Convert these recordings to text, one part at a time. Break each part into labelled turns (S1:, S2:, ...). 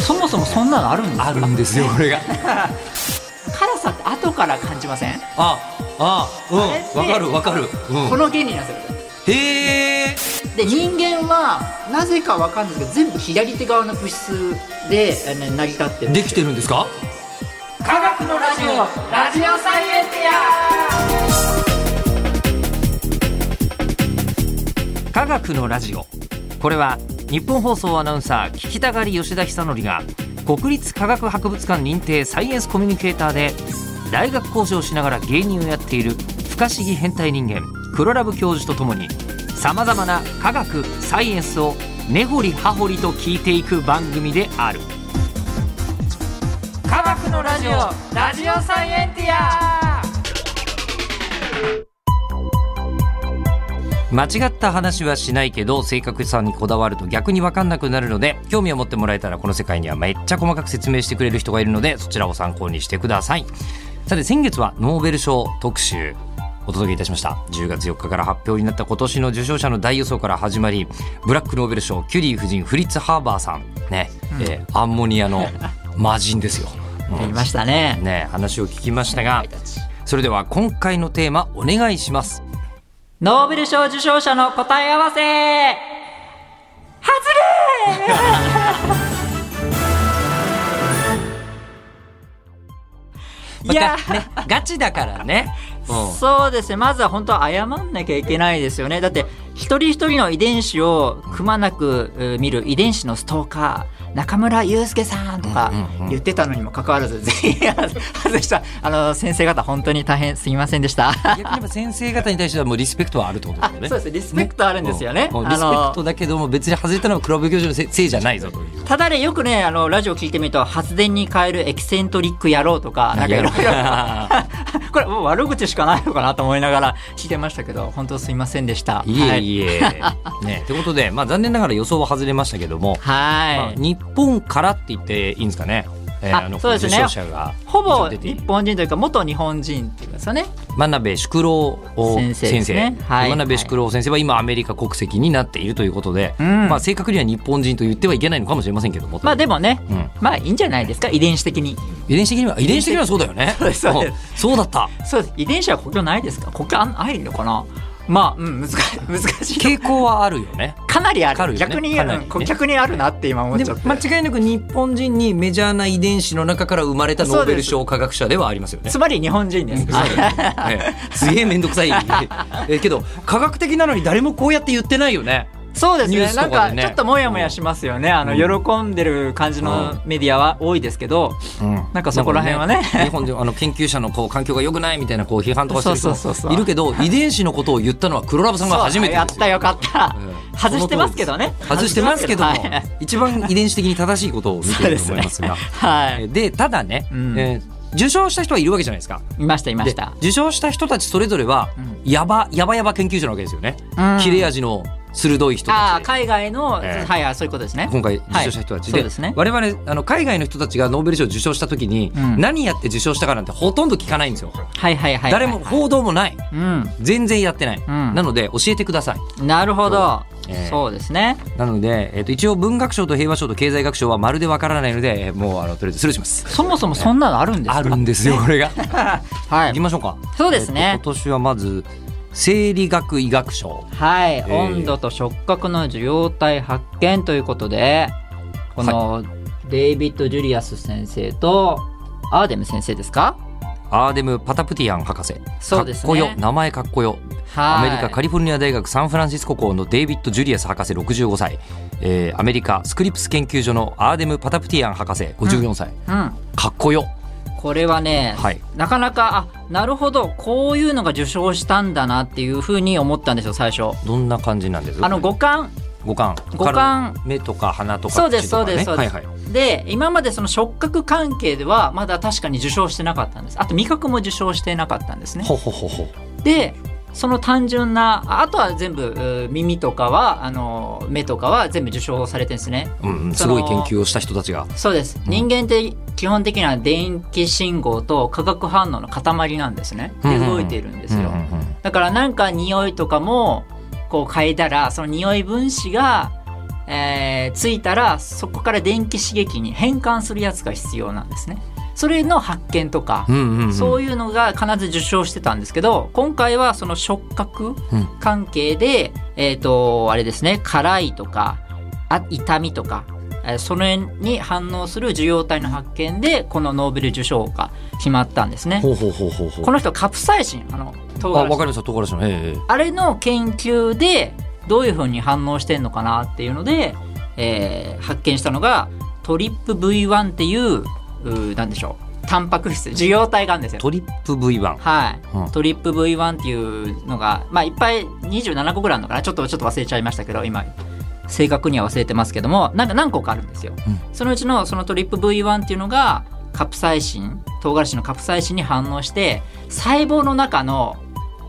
S1: そもそもそんなのあるんですか
S2: あるんですよこれが
S1: 辛さって後から感じません、
S2: ああ
S1: あれっ
S2: う
S1: て
S2: んわかるわかる、
S1: こ
S2: う
S1: の原理なんですよ
S2: ん、へえ
S1: で人間はなぜかわかんないですけど全部左手側の物質であの成り立ってる
S2: できてるんですか
S1: 科学のラジオラジオサイエンティ
S3: 科学のラジオこれは日本放送アナウンサー聞きたがり吉田久典が国立科学博物館認定サイエンスコミュニケーターで大学講師をしながら芸人をやっている不可思議変態人間黒ラブ教授とともにさまざまな科学サイエンスを根掘り葉掘りと聞いていく番組である科学のラジオ
S1: アラジオサイエンティア
S3: 間違った話はしないけど正確さにこだわると逆に分かんなくなるので興味を持ってもらえたらこの世界にはめっちゃ細かく説明してくれる人がいるのでそちらを参考にしてくださいさて先月はノーベル賞特集お届けいたしました10月4日から発表になった今年の受賞者の大予想から始まりブラックノーベル賞キュリー夫人フリッツ・ハーバーさんね、えーアンモニア の魔人ですよ、
S1: やりましたね
S3: ね話を聞きましたがそれでは今回のテーマお願いします
S1: ノーベル賞受賞者の答え合わせ
S3: ま
S1: いや
S3: たねガチだからね、うん
S1: そうですねまずは本当は謝んなきゃいけないですよねだって一人一人の遺伝子をくまなくえー見る遺伝子のストーカー中村祐介さんとか
S3: うんうん
S1: 言ってたのにもかかわらず全員外したあの先生方本当に大変すみませんでした。
S3: 逆に言えば先生方に対してはもうリスペクトはあるってことだ
S1: あ
S3: よ
S1: そうで
S3: ね。
S1: すリスペクトあるんですよね。
S3: うんうん
S1: あ
S3: リスペク
S1: の
S3: トだけども別に外れたのは黒部教授のせせいじゃないぞという。
S1: ただねよくねあのラジオ聞いてみると発電に変えるエキセントリック野郎とかなんかいろい ろこれもう悪口しかないのかなと思いながら聞いてましたけど本当すみませんでした。
S3: いえいえ。ねということで、まあ、残念ながら予想は外れましたけど
S1: は
S3: も、
S1: い。
S3: ま
S1: は
S3: あ
S1: い
S3: 日本からって言っていいんですかね、えー
S1: あ
S3: あの
S1: そうですね
S3: 受賞者が
S1: ほぼ
S3: 出てい
S1: 日
S3: る
S1: 本人というか元日本人っていうんですよね。
S3: 真鍋淑郎
S1: 先
S3: 先
S1: 生
S3: 生
S1: ですねはい
S3: 真鍋淑郎先生は今アメリカ国籍になっているということで、
S1: うん
S3: まあ、正確には日本人と言ってはいけないのかもしれませんけども。
S1: まあでもね、
S3: うん
S1: まあいいんじゃないですか遺伝子的に。
S3: 遺伝子的には遺伝子的にはそうだよね。
S1: そうですそうです
S3: んそうだった。
S1: そうです遺伝子は国境ないですか国境ああるのかなまあうん難しい難しい。
S3: 傾向はあるよね。
S1: かなりあ
S3: か
S1: る
S3: るよね
S1: 逆に
S3: かなりね
S1: うんこ逆にあるなって今思っ
S3: で
S1: ちゃって。
S3: 間違いなく日本人にメジャーな遺伝子の中から生まれたノーベル賞科学者ではありますよね。
S1: つまり日本人です。
S3: ええすげえ面倒くさいええけど科学的なのに誰もこうやって言ってないよね。
S1: そうです
S3: ニュ
S1: ね
S3: ース
S1: な
S3: と
S1: ん
S3: か
S1: か
S3: でね
S1: ちょっともやもやしますよね、あの喜んでる感じのメディアは多いですけど、なんかそこら辺はね
S3: 日本であの研究者のこう環境が良くないみたいなこう批判とかして
S1: そう
S3: る
S1: そうそう
S3: 人
S1: そう
S3: もいるけど遺伝子のことを言ったのは黒ラブさんが初めて
S1: そうやったよかった、
S3: うん
S1: 外してますけどね
S3: 外してますけども
S1: 外してますけ
S3: 一番遺伝子的に正しいことを見ていると思いますが。
S1: どはい、はい
S3: えでただね、
S1: うん
S3: えー受賞した人はいるわけじゃないですか。
S1: いましたいま
S3: で
S1: した
S3: 受賞した人たちそれぞれは、
S1: う
S3: やばやばやば研究者なわけですよね、
S1: うん
S3: 切れ味の鋭い人
S1: ああ
S3: たち
S1: 海外の、
S3: ええ
S1: はいあそういうことですね
S3: 今回受賞した人たち
S1: はいそう
S3: で,、
S1: ですね
S3: 我々あの海外の人たちがノーベル賞を受賞した時に、
S1: うん
S3: 何やって受賞したかなんてほとんど聞かないんですよ、
S1: はいはいはいはい
S3: 誰も報道もない
S1: うん
S3: 全然やってない、
S1: ん
S3: なので教えてください
S1: なるほどそう,、
S3: そうええ
S1: ですね
S3: なので、えっと一応文学賞と平和賞と経済学賞はまるでわからないのでえーもうあのとりあえずスルーします
S1: そもそもそんなのあるんですか
S3: あるんですよこれが
S1: は
S3: 行き
S1: い
S3: ましょうか
S1: そうですね
S3: えっと今年はまず生理学医学賞
S1: はい、
S3: え
S1: 温度と触覚の受容体発見ということでこのデイビッド・ジュリアス先生とアーデム先生ですか
S3: アーデム・パタプティアン博士
S1: そうですね
S3: かっこよ名前かっこよ
S1: は
S3: ア
S1: い
S3: メリカカリフォルニア大学サンフランシスコ校のデイビッド・ジュリアス博士65歳、えーアメリカスクリプス研究所のアーデム・パタプティアン博士54歳、
S1: うん、
S3: かっこよ
S1: これはね、
S3: はい
S1: なかなかあなるほどこういうのが受賞したんだなっていうふうに思ったんですよ最初
S3: どんな感じなんです
S1: あの五感
S3: 五感
S1: 五感
S3: 目とか鼻とか
S1: そうです
S3: 口とかね
S1: そうです
S3: はいはい
S1: で今までその触覚関係ではまだ確かに受賞してなかったんですあと味覚も受賞してなかったんですね
S3: ほほほほ
S1: でその単純なああとは全部うー耳とかはあの目とかは全部受賞されてるんですね
S3: うんうん
S1: そ
S3: す
S1: の
S3: ごい研究をした人たちが
S1: そうです人間って基本的には電気信号と化学反応の塊なんですねで
S3: うんうんうん
S1: 動いているんですよ、
S3: うんうんうん
S1: だからなんか匂いとかもこう嗅いだらその匂い分子がえーついたらそこから電気刺激に変換するやつが必要なんですね。それの発見とか、
S3: うんうんうん
S1: そういうのが必ず受賞してたんですけど今回はその触覚
S3: うん
S1: 関係で、えっ、とあれですね辛いとかあ痛みとか、えーそれに反応する受容体の発見でこのノーベル受賞が決まったんですね。
S3: ほうほうほうほうほう
S1: この人カプサイシンあの唐辛
S3: あわ
S1: 子
S3: かりました唐辛子のええ
S1: あれの研究でどういうふうに反応してんのかなっていうので、えー発見したのがトリップ V1 っていううーなんでしょうタンパク質受容体があるんですよ。
S3: トリップ V1
S1: はい、
S3: うん
S1: トリップ V1 っていうのが、まあ、いっぱい27個ぐらいあるのかなちょっとちょっと忘れちゃいましたけど今正確には忘れてますけどもなんか何個かあるんですよ、
S3: うん
S1: そのうちのそのトリップ V1 っていうのがカプサイシン唐辛子のカプサイシンに反応して細胞の中の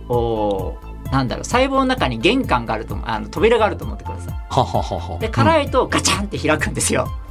S1: おーなんだろう細胞の中に玄関があると思あの扉があると思ってくださ
S3: ははははい
S1: で
S3: い、
S1: 辛いとガチャンって開くんですよ、
S3: うん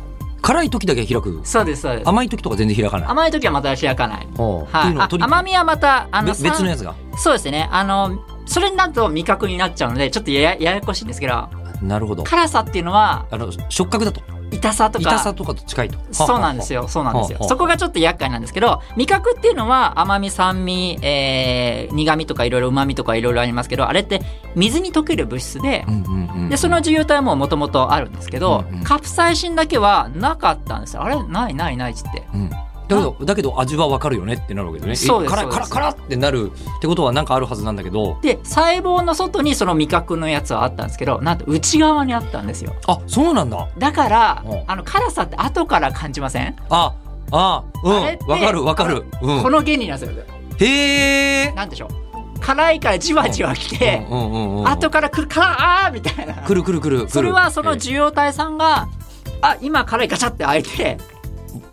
S3: 辛い時だけ開く
S1: そうですそうです
S3: 甘い時とか全然開かない
S1: 甘い時はまた開かない、
S3: ほう
S1: はい、
S3: っていうの
S1: あ
S3: はトリップ
S1: 甘みはまたあの
S3: べ別のやつが
S1: そうですね。あの、それになると味覚になっちゃうので、ちょっとややややこしいんですけど、
S3: なるほど
S1: 辛さっていうのは
S3: あの触覚だと
S1: 痛さとか、
S3: 痛さとかと近いと
S1: そうなんです
S3: よ
S1: よ、そうなんですよ
S3: はあは。あ
S1: そこがちょっと厄介なんですけど、味覚っていうのは甘み、酸味、えー苦味とかいろいろ旨味とかいろいろありますけど、あれって水に溶ける物質で、でその受容体はもともとあるんですけど、
S3: うんうん
S1: カプサイシンだけはなかったんですよあれないないないっつって
S3: うんだけどだけど味はわかるよねってなるわけですね。え
S1: そうです
S3: 辛い
S1: そうで
S3: 辛
S1: す
S3: 辛ってなるってことはなんかあるはずなんだけど、
S1: で細胞の外にその味覚のやつはあったんですけどなんと内側にあったんですよ
S3: あそうなんだ。
S1: だから、
S3: うん
S1: あの辛さって後から感じません、
S3: ああう
S1: あれっ
S3: ん
S1: て
S3: わかるわかる。うん
S1: この原理なんですよ
S3: へえ。
S1: なんでしょう辛いからじわじわきて、
S3: うんうんうんうん
S1: 後からくるからあーみたいな
S3: くるくるくるくる。
S1: それはその
S3: え
S1: 受容体さんが、あ今辛いガチャって開いて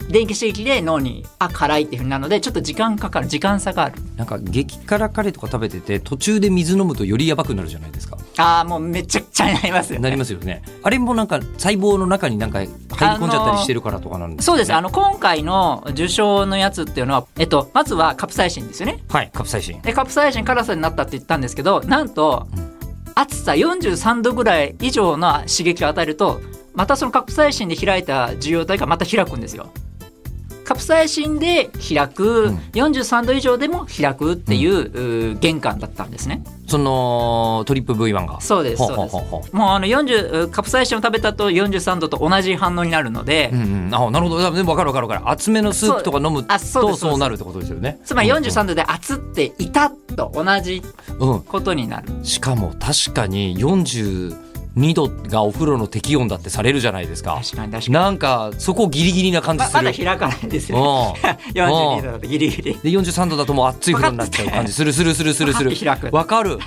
S1: 電気刺激で脳にあ辛いっていうふうになるのでちょっと時間かかる時間差がある
S3: えなんか激辛カレーとか食べてて途中で水飲むとよりやばくなるじゃないですか。
S1: あーもうめちゃくちゃになりますよ
S3: なり
S1: ね
S3: ますよね。あれもなんか細胞の中になんか入り込んじゃったりしてるからとかなんです
S1: そうですあ
S3: の
S1: の今回の受賞のやつっていうのは、えっと、まずはカプサイシンですよね
S3: はいカプサイシン。
S1: でカプサイシン辛さになったって言ったんですけどなんと暑さ43度ぐらい以上の刺激を与えるとまたそのカプサイシンで開いた受容体がまた開くんですよ。カプサイシンで開く、
S3: うん
S1: 43度以上でも開くっていう、うー玄関だったんですね。
S3: そのトリップ V1 が。
S1: そうです
S3: ほ
S1: そう
S3: ほ
S1: で
S3: ほ
S1: す。
S3: ほ
S1: もうあの40カプサイシンを食べたと43度と同じ反応になるので、
S3: うんうん、あなるほどでも分かる分かる分かる厚めのスープとか飲む
S1: あそうで
S3: と
S1: すそうです
S3: そうなるってことですよね
S1: つまり43度で熱っていたと同じ
S3: うん、うん
S1: ことになる。
S3: しかも確かに42度がお風呂の適温だってされるじゃないですか
S1: 確かに確かに。
S3: なんかそこギリギリな感じ
S1: ますまだ
S3: る、
S1: 開かないですよ、ね。
S3: うん
S1: 42度だとギリギリ。
S3: で43度だともう熱い風呂になっちゃう感じするするするするする
S1: パカッて開く
S3: 分 かる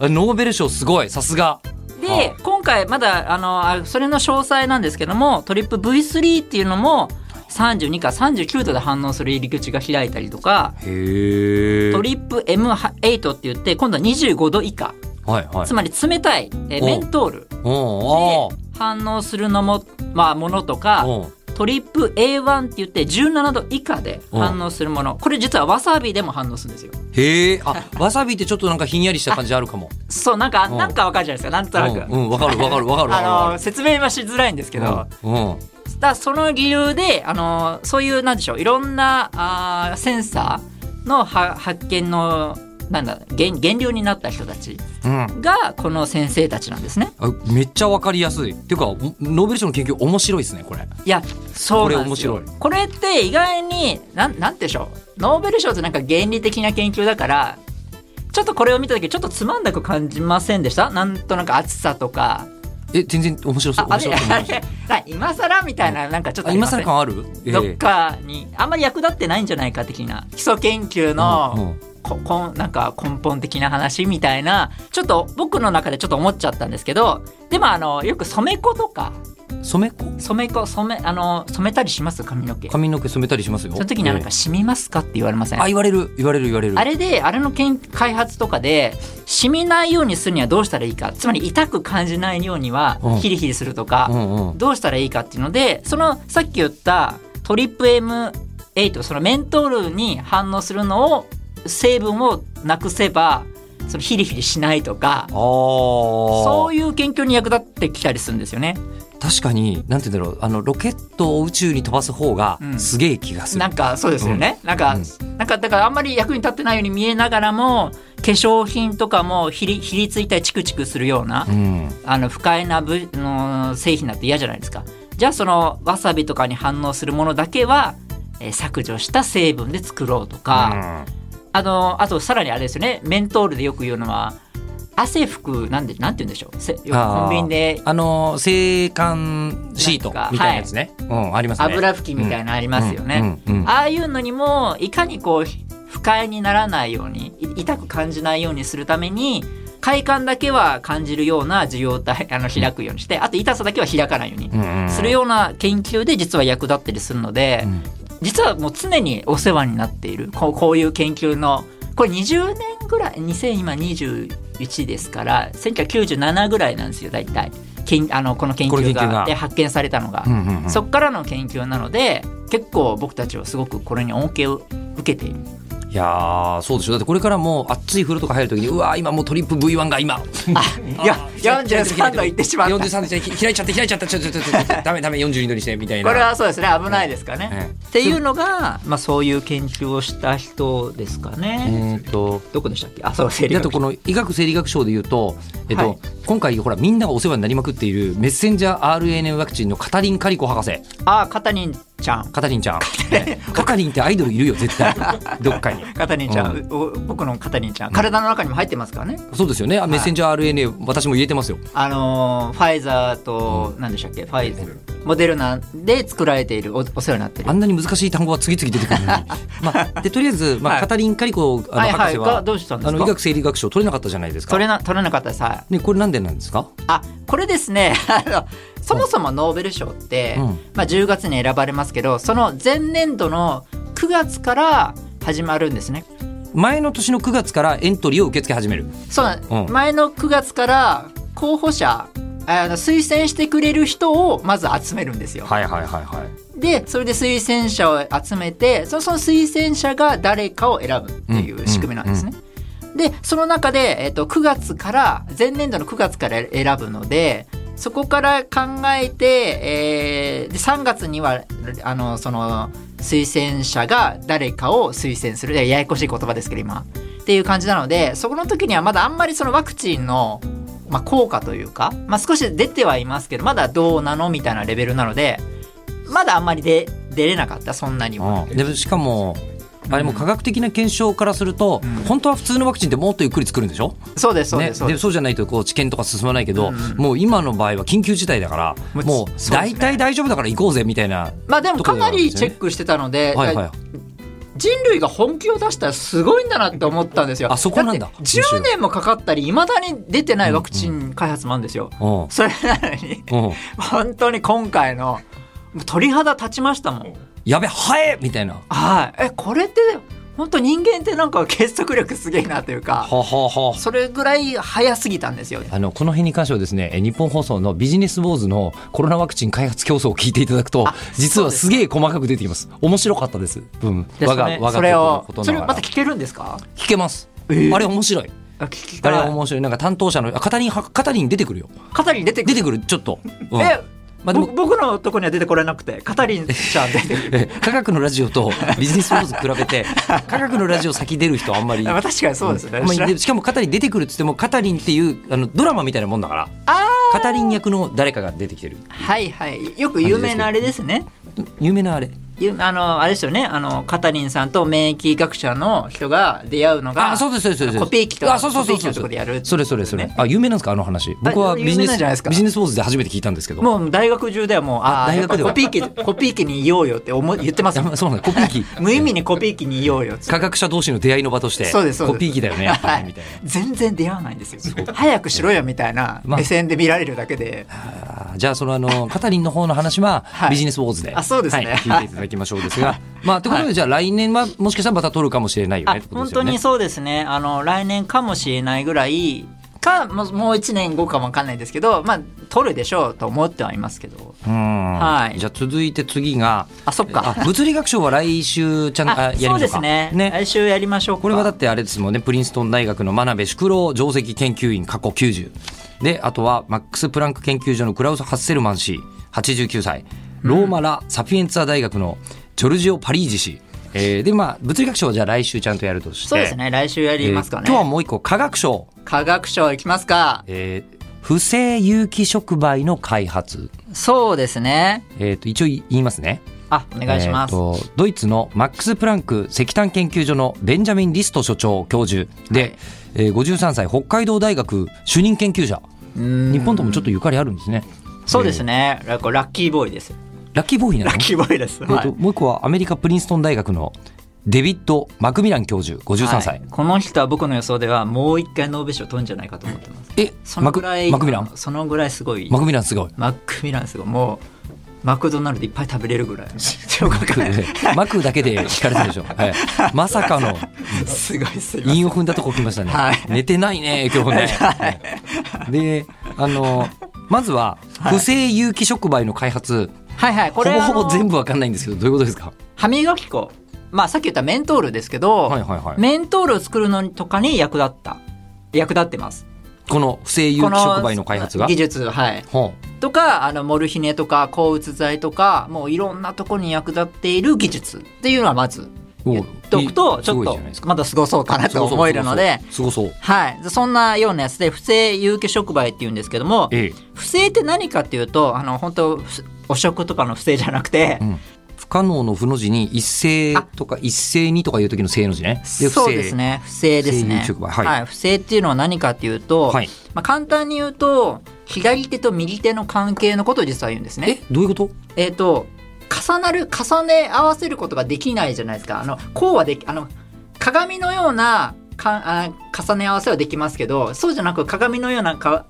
S3: あノーベル賞すごいさすが
S1: で今回まだあのあそれの詳細なんですけどもトリップ V3 っていうのも32か39度で反応する入り口が開いたりとか
S3: へえ
S1: トリップ M8 って言って今度は25度以下
S3: はいはい
S1: つまり冷たいえ
S3: お
S1: メントール
S3: お
S1: 反応するのも,、まあ、ものとか
S3: おお
S1: トリップ A1 って言って17度以下で反応するものこれ実はわさびでも反応するんですよ
S3: へえあわさびってちょっとなんかひんやりした感じあるかも
S1: そうなんか
S3: お
S1: なんかわかるじゃないですかなんとなく、
S3: うんうん、分かる分かる分かる分かる
S1: あの説明はしづらいんですけど、
S3: うんうん
S1: だからその理由で、あのーそういうなんでしょういろんなあーセンサーのは発見のなんだ原原料になった人たち
S3: うん
S1: がこの先生たちなんですね。
S3: あめっちゃわかりやすいっていうかおノーベル賞の研究面白いですねこれ
S1: いやそうなんですよ
S3: これ面
S1: これって意外になんなんでしょうノーベル賞ってなんか原理的な研究だからちょっとこれを見た時ちょっとつまんなく感じませんでしたなんとなく暑さとか
S3: え全然面白そう
S1: ああ
S3: 面
S1: れ
S3: 白そ う
S1: あれあ今更みたいななんかちょっと
S3: あ
S1: あり
S3: 今
S1: ません
S3: 更感あるええ
S1: どっかにあんまり役立ってないんじゃないか的な基礎研究の、
S3: うんうん
S1: ここんなんか根本的な話みたいなちょっと僕の中でちょっと思っちゃったんですけどでもあのよく染め子とか
S3: 染め子
S1: 染め子染めあの染めたりします髪の毛そ
S3: 髪の毛染めたりしますよ
S1: の時になんか
S3: え
S1: 染みますかって言われませ
S3: え
S1: ん
S3: あ言われる言われる言われる
S1: あれであれの研開発とかで染みないようにするにはどうしたらいいかつまり痛く感じないようには
S3: うん
S1: ヒリヒリするとか
S3: う、んうん
S1: どうしたらいいかっていうのでそのさっき言ったトリップ M8 そのメントールに反応するのを成分をなくせばそのヒリヒリしないとか
S3: あー
S1: そういう研究に役立ってきたりするんですよね。
S3: 確かになんて言うんだろうあのロケットを宇宙に飛ばす方が
S1: うん
S3: すげえ気がする、
S1: なんかそうですよね、なんか、なんかだからあんまり役に立ってないように見えながらも化粧品とかもひりひりついたりチクチクするような、
S3: うん
S1: あの不快なぶの製品なんて嫌じゃないですかじゃあそのわさびとかに反応するものだけは、えー削除した成分で作ろうとか、あのあとさらにあれですよねメントールでよく言うのは汗拭くなんでなんて言うんでしょうせよくコンビニで
S3: あのー青函シート
S1: なんか
S3: みたいなやつね、うん、ありますね
S1: 油拭きみたいなのありますよね。
S3: うんうんうん
S1: ああいうのにもいかにこう不快にならないようにい痛く感じないようにするために快感だけは感じるような受容体あの開くようにしてあと痛さだけは開かないように
S3: うんうん
S1: するような研究で実は役立ったりするので
S3: うん
S1: 実はもう常にお世話になっているこうこういう研究のこれ20年ぐらい2021ですから1997ぐらいなんですよ大体けんあのこの研
S3: この研
S1: 究
S3: 究が
S1: がで発見されたのが
S3: う。んうんうん
S1: そっからの研究なので結構僕たちはすごくこれに恩恵を受けている。
S3: いやーそうでしょだってこれからもう熱い風呂とか入るときにうわー今もうトリップ V1 が今
S1: いや、43度いってしまった。
S3: 43度開いちゃって開いちゃったちょちょちょちょダメダメ42度にしてみたいな
S1: これはそうですね危ないですからね。
S3: え
S1: っていうのが、まあ、そういう研究をした人ですか
S3: え
S1: ね。
S3: えーっと
S1: どこでしたっけあそう生理
S3: だ
S1: 学
S3: とこの医学生理学賞でいうと、えっと
S1: はい
S3: 今回ほらみんながお世話になりまくっているメッセンジャー RNA ワクチンのカタリン・カリコ博士
S1: あカタリンちゃん
S3: カタリンちゃんねカタリンってアイドルいるよ 絶対どっかに
S1: カタリンちゃん、
S3: う
S1: お僕のカタリンちゃん体の中にも入ってますからね。
S3: そうですよねあメッセンジャー RNA 私も入れてますよ
S1: あのーファイザーと、何でしたっけファイザーモデルナで作られているおお世話になってる
S3: あ。んなに難しい単語が次々出てく るのに、まあ、でとりあえず、まあ
S1: はい
S3: カタリン・カリコあの博士は,、
S1: がどうしたんで
S3: あ
S1: す
S3: の医
S1: か
S3: 学生理学賞取れなかったじゃないですか
S1: 取れな取れなかったですはい。
S3: ね、これなんでなんですか、
S1: あこれですね あのそもそもノーベル賞って、
S3: うん
S1: まあ、10月に選ばれますけどその前年度の9月から始まるんですね。
S3: 前の年の9月からエントリーを受け付け始める
S1: そうなん
S3: うん
S1: 前の9月から候補者あの推薦してくれる人をまず集めるんですよ。
S3: はいはいはいはい
S1: でそれで推薦者を集めてそのその推薦者が誰かを選ぶっていう仕組みなんですね。でその中で、えっと9月から前年度の9月から選ぶのでそこから考えて、えーで3月にはあのその推薦者が誰かを推薦するいやややこしい言葉ですけど今っていう感じなのでそこの時にはまだあんまりそのワクチンの、まあ、効果というか、まあ、少し出てはいますけどまだどうなのみたいなレベルなのでまだあんまり出出れなかったそんなには。
S3: うんでしかもあれも科学的な検証からすると、
S1: うん
S3: 本当は普通のワクチンってもっとゆっくり作るんでしょ
S1: そうですそうです、そう
S3: ね、
S1: で
S3: ですそうじゃないとこう治験とか進まないけど、
S1: うんうん
S3: もう今の場合は緊急事態だから
S1: もう
S3: も
S1: そうで
S3: う
S1: すね
S3: 大体大丈夫だから行こうぜみたいな、
S1: まあでもかなりチェックしてたので、
S3: はいはい、
S1: 人類が本気を出したらすごいんだなって思ったんですよ。
S3: あそこなんだ
S1: って10年もかかったりいまだに出てないワクチン開発もあるんですよ。
S3: うん
S1: それなのに
S3: うん、
S1: 本当に今回のもう鳥肌立ちましたもん。
S3: やべはえみたいな。
S1: はい、えこれって本当人間ってなんか結束力すげえなというか
S3: ははは
S1: それぐらい早すぎたんですよ。
S3: あのこの辺に関してはですねえ日本放送のビジネス坊主のコロナワクチン開発競争を聞いていただくと
S1: あ
S3: 実は
S1: そうです
S3: すげえ細かく出てきます面白かったです、うん、
S1: で
S3: 我が
S1: それ
S3: 我
S1: それ
S3: が
S1: を
S3: こと
S1: そ
S3: な
S1: れ
S3: が
S1: ま
S3: ら
S1: た聞けるんですか
S3: 聞けます、
S1: ええ
S3: あれ面白い
S1: あ聞き
S3: あれ
S1: たい
S3: 面白いなんか担当者のあ肩に肩に出てくるよ
S1: 語り出てく
S3: 出
S1: る
S3: てくるちょっと、うん
S1: え、
S3: まあで
S1: ぼ
S3: も
S1: 僕のとこには出てこれなくてカタリンちゃん出てくる
S3: え科学のラジオとビジネス坊主比べ て科学のラジオ先出る人あんまり
S1: まあ確かにそうですね、
S3: あんまり
S1: 知ら
S3: でしかもカタリン出てくるっつってもカタリンっていうあのドラマみたいなもんだから
S1: あ
S3: カタリン役の誰かが出てきてる
S1: はいはいよく有名なあれですね
S3: 有名なあれ
S1: 有あのあれですよねあのカタリンさんと免疫学者の人が出会うのが
S3: あそうですそうですそうです
S1: コピー機と
S3: あそうそうそうそ
S1: コピー
S3: う
S1: 機のとこでやる
S3: それそれそれ
S1: ね
S3: あ有名なんですかあの話僕は
S1: 有名
S3: ビジネ
S1: なん
S3: ス
S1: じゃないですか
S3: ビジネス坊主で初めて聞いたんですけど
S1: もう大学中ではもうあ
S3: あ
S1: あ
S3: 大
S1: やっ
S3: 学
S1: ぱ
S3: では
S1: コピー機コピー機にいようよって思言ってます
S3: い
S1: よ
S3: やそうなんだコピー機
S1: 無意味にコピー機にいようよって
S3: 科学者同士の出会いの場として
S1: そうですそうです
S3: コピー機だよねやっぱりみたいな
S1: 全然出会わないんですよ早くしろよみたいな
S3: まあ
S1: 目線で見られるだけで、
S3: あーじゃあその あのカタリンの方の話は
S1: はい
S3: ビジネスウォーズで、
S1: あそうですね
S3: はい聞いていただきましょうですがまあということでじゃあ来年はもしかしたらまた取るかもしれないよね
S1: あ
S3: ってことで
S1: 本
S3: すよ
S1: 当
S3: ね
S1: にそうですねあの来年かもしれないぐらいかもうもう1年後かもわかんないですけどまあ取るでしょうと思ってはいますけど
S3: うん
S1: はい
S3: じゃあ続いて次が
S1: あそっか
S3: あ物理学賞は来週ちゃんとあ
S1: あ
S3: やりまし
S1: そ
S3: ょ
S1: う
S3: か
S1: うですね来週やりましょうか
S3: これはだってあれですもんねプリンストン大学の真鍋淑郎上席研究員過去90であとはマックス・プランク研究所のクラウス・ハッセルマン氏89歳ローマ・ラ・サピエンツァ大学のジョルジオ・パリージ氏、えーでまあ物理学賞はじゃあ来週ちゃんとやるとして
S1: そうですね来週や
S3: えー
S1: りますかね、
S3: 今日はもう一個科学賞、
S1: 科学賞いきますか
S3: えー不正有機触媒の開発、
S1: そうですね
S3: えー、と一応言いますね
S1: あお願いします、
S3: えーとドイツのマックス・プランク石炭研究所のベンジャミン・リスト所長教授で、
S1: はい
S3: えー53歳北海道大学主任研究者
S1: うん
S3: 日本ともちょっとゆかりあるんですね
S1: そうですね、ララッキーボーイです
S3: ラッキーボーイなの
S1: ラッキーボーイです、
S3: えーともう一個はアメリカ・プリンストン大学のデビッド・マクミラン教授53歳、
S1: はいこの人は僕の予想ではもう一回ノーベル賞取るんじゃないかと思ってます
S3: え
S1: そのぐらい
S3: マクマクミラ ン
S1: そのぐらいすごい
S3: マクミランすごい
S1: マックミランすごいもうマクドナルドいっぱい食べれるぐらいよくわかんない
S3: マクだけで引かれてるでしょ、はい、まさかの
S1: すごいすごい
S3: 韻を踏んだとこ来ましたね、
S1: はい
S3: 寝てないね今日 ね、であのまずは不正有機触媒の開発、
S1: はいはいこれ
S3: ほぼほ
S1: あ
S3: ぼ
S1: の
S3: 全部わかんないんですけどどういうことですか
S1: 歯磨き粉まあさっき言ったメントールですけど、
S3: はいはいはい
S1: メントールを作るのにとかに役立った役立ってます
S3: この不正有機触媒の開発が
S1: 技術はい
S3: ほ
S1: とかあのモルヒネとか抗うつ剤とかもういろんなとこに役立っている技術っていうのはまず
S3: う
S1: 言っとくとちょっとまだすごそうかなと思えるのです
S3: ごそう
S1: はいでそんなようなやつで不正有機触媒っていうんですけども
S3: ええ、
S1: 不正って何かっていうとあの本当お食とかの不正じゃなくて、
S3: うん、不可能の不の字に一斉とか一斉にとかいう時の正の字ね不正
S1: そうですね不正ですね
S3: 不正有機触媒はい
S1: 不正っていうのは何かっていうと、
S3: はい
S1: まあ、簡単に言うと左手と右手の関係のことを実は言うんですね
S3: えどういうこと
S1: えっ、と重なる重ね合わせることができないじゃないですかあのこうはできあの鏡のようなかあ重ね合わせはできますけどそうじゃなく鏡のようなか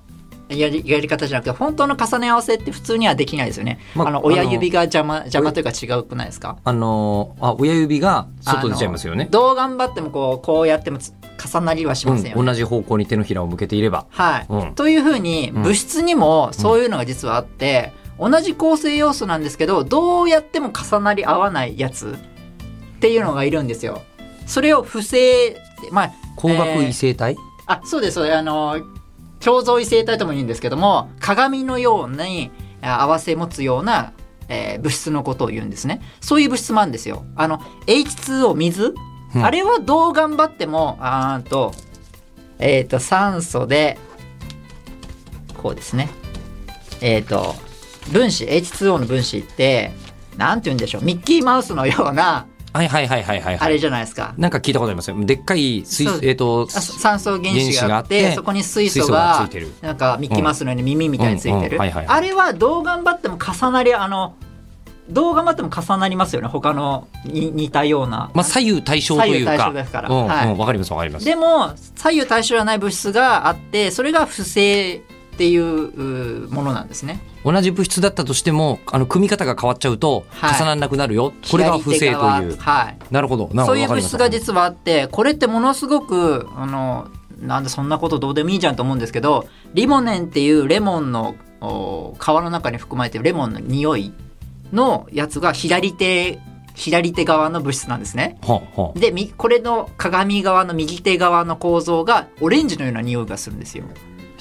S1: やりやり方じゃなくて本当の重ね合わせって普通にはできないですよね、
S3: まあ
S1: あの親指が邪魔邪魔というか違うくないですか
S3: あのーあ親指が外出ちゃいますよ
S1: あ
S3: ね
S1: のどう頑張ってもこうこうやってもつ重なりはしませんよね、
S3: うん、同じ方向に手のひらを向けていれば
S1: はい、
S3: うん
S1: というふうに
S3: うん
S1: 物質にもそういうのが実はあって、同じ構成要素なんですけどどうやっても重なり合わないやつっていうのがいるんですよ。それを不正まあ
S3: 光学異性体、
S1: あそうですそうですあの共造異性体とも言うんですけども鏡のようにあ合わせ持つような、えー物質のことを言うんですねそういう物質もあるんですよあの H2O 水、
S3: うん
S1: あれはどう頑張ってもあーんとえっ、と酸素でこうですねえっ、と分子 H2O の分子ってなんて言うんでしょうミッキーマウスのような
S3: はいはいはいはいはいはい
S1: あれじゃないですか、
S3: なんか聞いたことありますよ。でっかい水
S1: そう、
S3: えっ、と、
S1: あそ酸素原子があって
S3: 原子があって
S1: そこに水素
S3: 水素が
S1: が
S3: ついてる
S1: なんかミッキーマウスのように耳みたいについ
S3: うんう
S1: て
S3: んうん
S1: る
S3: はいはい
S1: あれはどう頑張っても重なりあのどう頑張っても重なりますよね他のに似たような。
S3: まあ、左右対称というか。
S1: 左右対称ですから
S3: うん、うん、
S1: はい
S3: わかります、わかります。
S1: でも左右対称じゃない物質があってそれが不正っていううものなんですね。
S3: 同じ物質だったとしても、あの組み方が変わっちゃうと、
S1: はい
S3: 重ならなくなるよ。これが不正と
S1: 左
S3: い
S1: 手側。
S3: う
S1: はい、
S3: なるほど、なるほ
S1: そう
S3: ど、
S1: いう物
S3: わかりまし
S1: 質
S3: た。
S1: が実はあってこれってものすごくあのなんでそんなことどうでもいいじゃんと思うんですけどリモネンっていうレモンのお皮の中に含まれているレモンの匂いのやつが左手左手側の物質なんですね。
S3: はあはあ
S1: でみこれの鏡側の右手側の構造がオレンジのような匂いがするんですよ。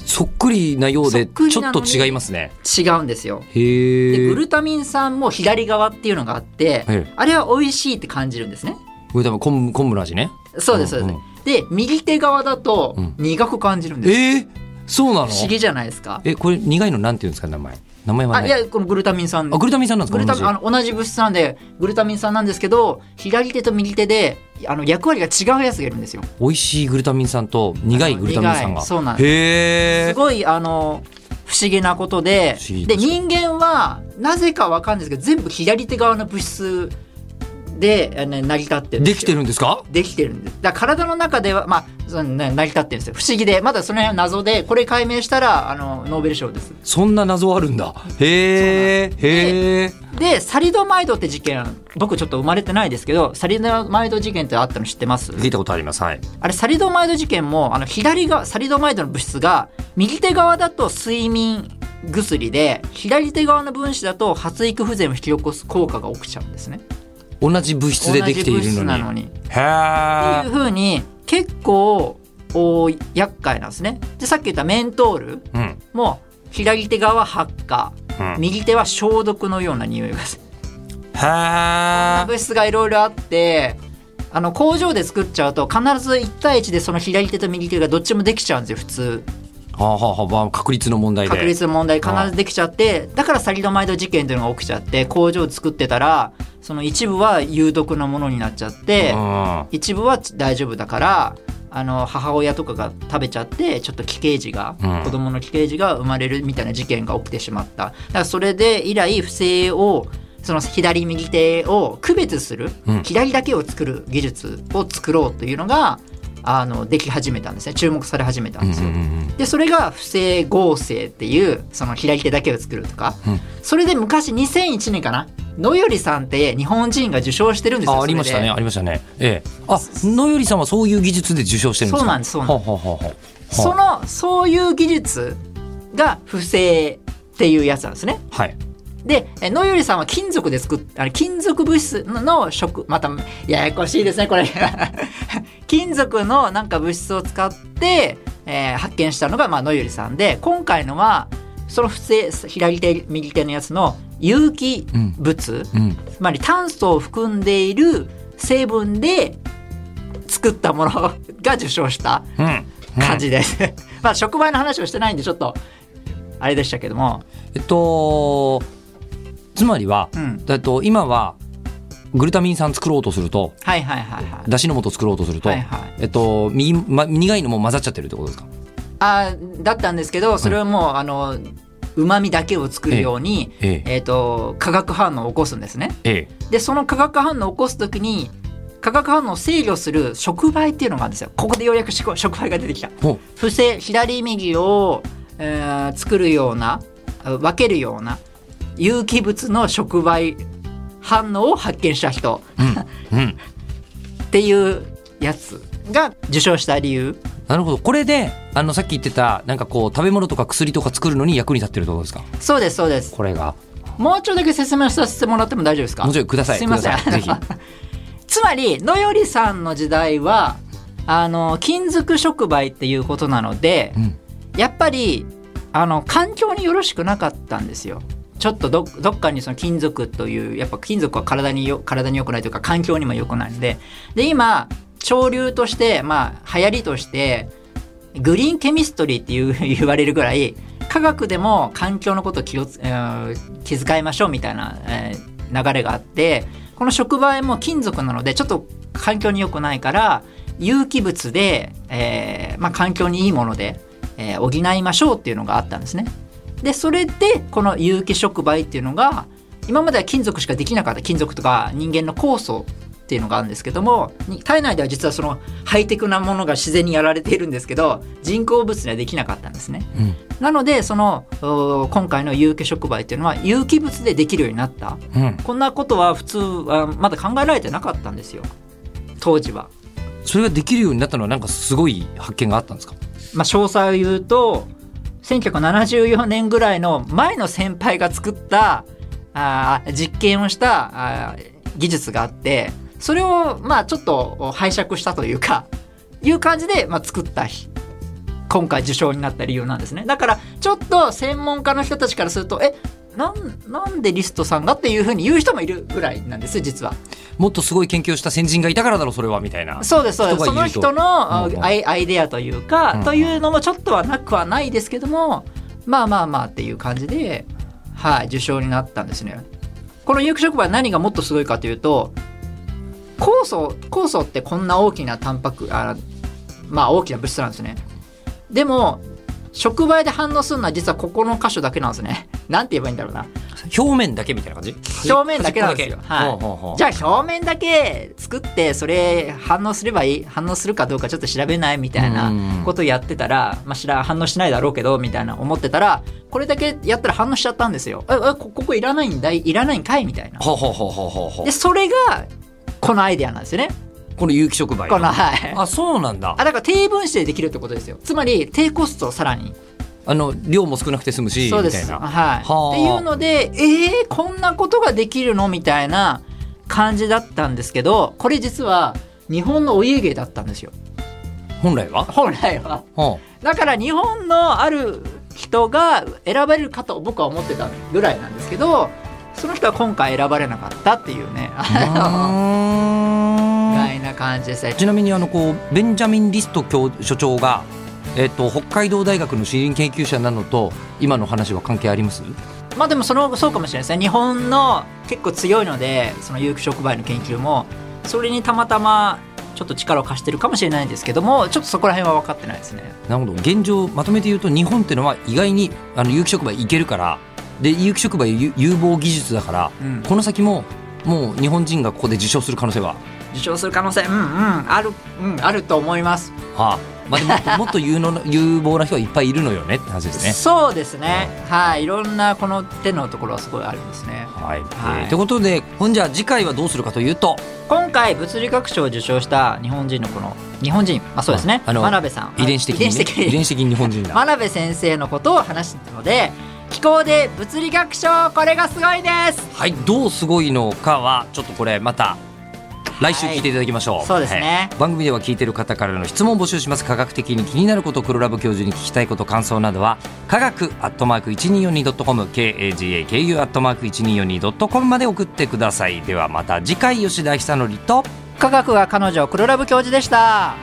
S3: そっくりなようで、
S1: そっくり
S3: ちょ
S1: な
S3: っ
S1: の
S3: と
S1: に
S3: 違いますね。
S1: 違うんですよ。で
S3: へえ。
S1: グルタミン酸も左側っていうのがあって
S3: ええ
S1: あれは美味しいって感じるんですね。
S3: これ多分昆布、昆布の味ね。
S1: そうですそうです。
S3: うん
S1: で右手側だと
S3: うん
S1: 苦く感じるんですよ
S3: えー、そうなの
S1: 不思議じゃないですか。
S3: え、これ苦いのなんて言うんですか、名前。名前は
S1: あ
S3: ね。
S1: いやこのグルタミン酸
S3: あグルタミン酸なんです
S1: グ
S3: か
S1: ルタミンあ
S3: 同
S1: の同じ物質なんでグルタミン酸なんですけど左手と右手であの役割が違うやつがいるんですよ。
S3: じ美味しいグルタミン酸と苦いグルタミン酸
S1: 苦
S3: が
S1: い。そうなんです
S3: へ
S1: す
S3: え。
S1: ごいあの不思議なことで
S3: 不思議
S1: で
S3: です
S1: 人間はなぜかわかんないですけど全部左手側の物質で、あの成り立ってるん
S3: ですき
S1: よ
S3: てるんですか
S1: できてるんですだから体の中では、まあ、そのね成り立ってるんですよ不思議でまだその辺は謎でこれ解明したらあのノーベル賞です
S3: そんな謎あるんだへえへえ
S1: でサリドマイドって事件僕ちょっと生まれてないですけどサリドマイド事件ってあったの知ってます
S3: 聞いたことありますはい
S1: あれサリドマイド事件もあの左側サリドマイドの物質が右手側だと睡眠薬で左手側の分子だと発育不全を引き起こす効果が起きちゃうんですね
S3: 同じ物質でできてい
S1: 同
S3: る
S1: じ物質
S3: の
S1: な
S3: に
S1: のに
S3: へ
S1: っていう
S3: え
S1: ふうに結構お厄介なんですねでさっき言ったメントール
S3: うん
S1: も左手側は発火
S3: うん
S1: 右手は消毒のような匂いがする
S3: へえ
S1: 物質がいろいろあってあの工場で作っちゃうと必ず1対1でその左手と右手がどっちもできちゃうんですよ普通
S3: はあはあはあまあ確率の問題で
S1: 確率の問題必ずできちゃってだからサリドマイド事件というのが起きちゃって工場を作ってたらその一部は有毒なものになっちゃって、
S3: うん
S1: 一部は大丈夫だからあの母親とかが食べちゃってちょっと奇形児が、
S3: うん
S1: 子供の奇形児が生まれるみたいな事件が起きてしまっただからそれで以来不正をその左右手を区別する、
S3: うん
S1: 左だけを作る技術を作ろうというのがあのでき始めたんですね注目され始めた
S3: うんんう
S1: ですよ。
S3: んうん
S1: でそれが不正合成っていうその左手だけを作るとか、
S3: うん
S1: それで昔2001年かな野よりさんって日本人が受賞してるんですよ
S3: あ
S1: そ
S3: あ
S1: れ
S3: り
S1: で
S3: ましたねありましたねええあ野よりさんはそういう技術で受賞してるんですか
S1: そうなんですそうなん
S3: はあはあはあはあ
S1: そのそういう技術が不正っていうやつなんですね。
S3: はい
S1: で、え野よりさんは金属で作っあの金属物質のの食またややこしいですねこれ 金属のなんか物質を使って、えー発見したのがまあ野よりさんで今回のはその不正左手右手のやつの有機物、
S3: うん
S1: つまり炭素を含んでいる成分で作ったものが受賞した
S3: うん
S1: 感じです。 まあ触媒の話をしてないんでちょっとあれでしたけども、
S3: えっとつまりは
S1: うん、
S3: えっと今はグルタミン酸作ろうとすると
S1: はいはいはいはい。
S3: だしの素作ろうとすると、
S1: はいはい
S3: えっと右、ま、苦いのも混ざっちゃってるってことですか
S1: あーだったんですけどそれはもう、あの旨味だけを作るように、
S3: ええ
S1: えー、と化学反応を起こすんですね。
S3: え
S1: でその化学反応を起こす時に化学反応を制御する触媒っていうのがあるんですよ。ここでようやくしこ触媒が出てきた。
S3: えお
S1: 不正左右を、えー作るようなあ分けるような有機物の触媒反応を発見した人
S3: うんうん
S1: っていうやつが受賞した理由
S3: なるほどこれであのさっき言ってたなんかこう食べ物とか薬とか作るのに役に立ってるってことですか
S1: そうですそうです
S3: これが
S1: もうちょいだけ説明させてもらっても大丈夫ですか
S3: もちろんください
S1: すいません
S3: くださいぜ
S1: つまり野よりさんの時代はあの金属触媒っていうことなので、
S3: うん
S1: やっぱりあの環境によろしくなかったんですよ。ちょっとどどっかにその金属というやっぱ金属は体によ体に良くないというか環境にも良くないんでで今潮流としてまあ流行りとしてグリーンケミストリーっていう 言われるぐらい科学でも環境のことを気をつ、えー気遣いましょうみたいな、えー流れがあってこの触媒も金属なのでちょっと環境に良くないから有機物で、えーまあ、環境にいいもので、えー補いましょうっていうのがあったんですね。でそれでこの有機触媒っていうのが今までは金属しかできなかった金属とか人間の酵素っていうのがあるんですけどもに体内では実はそのハイテクなものが自然にやられているんですけど人工物にはできなかったんですね。
S3: うん
S1: なのでそのお今回の有機触媒っていうのは有機物でできるようになった
S3: うん
S1: こんなことは普通はまだ考えられてなかったんですよ当時は。
S3: それができるようになったのはなんかすごい発見があったんですか
S1: まあ、詳細を言うと1974年ぐらいの前の先輩が作ったあー実験をしたあー技術があってそれをまあちょっと拝借したというかいう感じで、まあ、作った日今回受賞になった理由なんですねだからちょっと専門家の人たちからするとえなんなんでリストさんがっていうふうに言う人もいるぐらいなんですよ実は。
S3: もっとすごい研究をした先人がいたからだろうそれはみたいな
S1: そうですそうです
S3: 人
S1: そ
S3: が
S1: の
S3: いると
S1: 人の
S3: うんうん
S1: アイアイデアというか、
S3: うんうん
S1: というのもちょっとはなくはないですけどもまあまあまあっていう感じで、はい、受賞になったんですね。この有機触媒は何がもっとすごいかというと酵素酵素ってこんな大きなタンパクあまあ大きな物質なんですね。でも触媒で反応するのは実はここの箇所だけなんですね。なんて言えばいいんだろうな。
S3: 表面だけみたいな感じ
S1: 表面だけなんですよ
S3: 端
S1: は
S3: っこだけほうほうほう
S1: じゃあ表面だけ作ってそれ反応すればいい反応するかどうかちょっと調べないみたいな
S3: うん
S1: ことやってたら、まあ、知ら反応しないだろうけどみたいな思ってたらこれだけやったら反応しちゃったんですよ。ええこここいらないんだいいらないんかいみたいな。
S3: ほうほうほうほうほうほう
S1: でそれがこのアイデアなんですよね。
S3: この有機触媒
S1: このはい。
S3: あそうなんだ
S1: あだから低分子でできるってことですよ。つまり低コストをさらに。
S3: あの量も少なくて済むし
S1: そうで
S3: みた
S1: す。
S3: いな
S1: はい。
S3: はあ
S1: っていうので、えー、こんなことができるのみたいな感じだったんですけど、これ実は日本のお家芸だったんですよ。
S3: 本来は
S1: 本来は。
S3: ほ
S1: だから日本のある人が選ばれるかと僕は思ってたぐらいなんですけど、その人は今回選ばれなかったっていうね、
S3: うう
S1: あ の意
S3: ー
S1: 外
S3: ん
S1: な感じですね。
S3: ちなみにあのこうベンジャミン・リスト教所長が、えっと北海道大学の森林研究者なのと今の話は関係あります
S1: まあでもそのそうかもしれないですね日本の結構強いのでその有機触媒の研究もそれにたまたまちょっと力を貸してるかもしれないんですけどもちょっとそこら辺は分かってないですね
S3: なるほど現状まとめて言うと日本ってのは意外にあの有機触媒いけるからで有機触媒有有望技術だから
S1: うん
S3: この先ももう日本人がここで受賞する可能性は、
S1: 受賞する可能性うんうんあるうんあると思います
S3: はあまあ、でもも っともっと有能な有望な人はいっぱいいるのよねって話ですね。
S1: そうですねはいいろんなこの手のところはすごいあるんですね
S3: はい、
S1: はい
S3: えーということでほんじゃあ次回はどうするかというと
S1: 今回物理学賞を受賞した日本人のこの日本人あそうですね
S3: あの
S1: 真鍋さん
S3: 遺伝子的
S1: 遺
S3: に、
S1: 伝子的に
S3: 遺伝子的に日本人だ。
S1: 真鍋先生のことを話してたので気候で物理学賞これがすごいです
S3: はい、どうすごいのかはちょっとこれまた来週聞いていただきましょう、
S1: いそうですね
S3: はい番組では聞いてる方からの質問を募集します科学的に気になること黒ラブ教授に聞きたいこと感想などは科学アットマーク 1242.com kagaku アットマーク 1242.com まで送ってくださいではまた次回吉田久典と
S1: 科学は彼女黒ラブ教授でした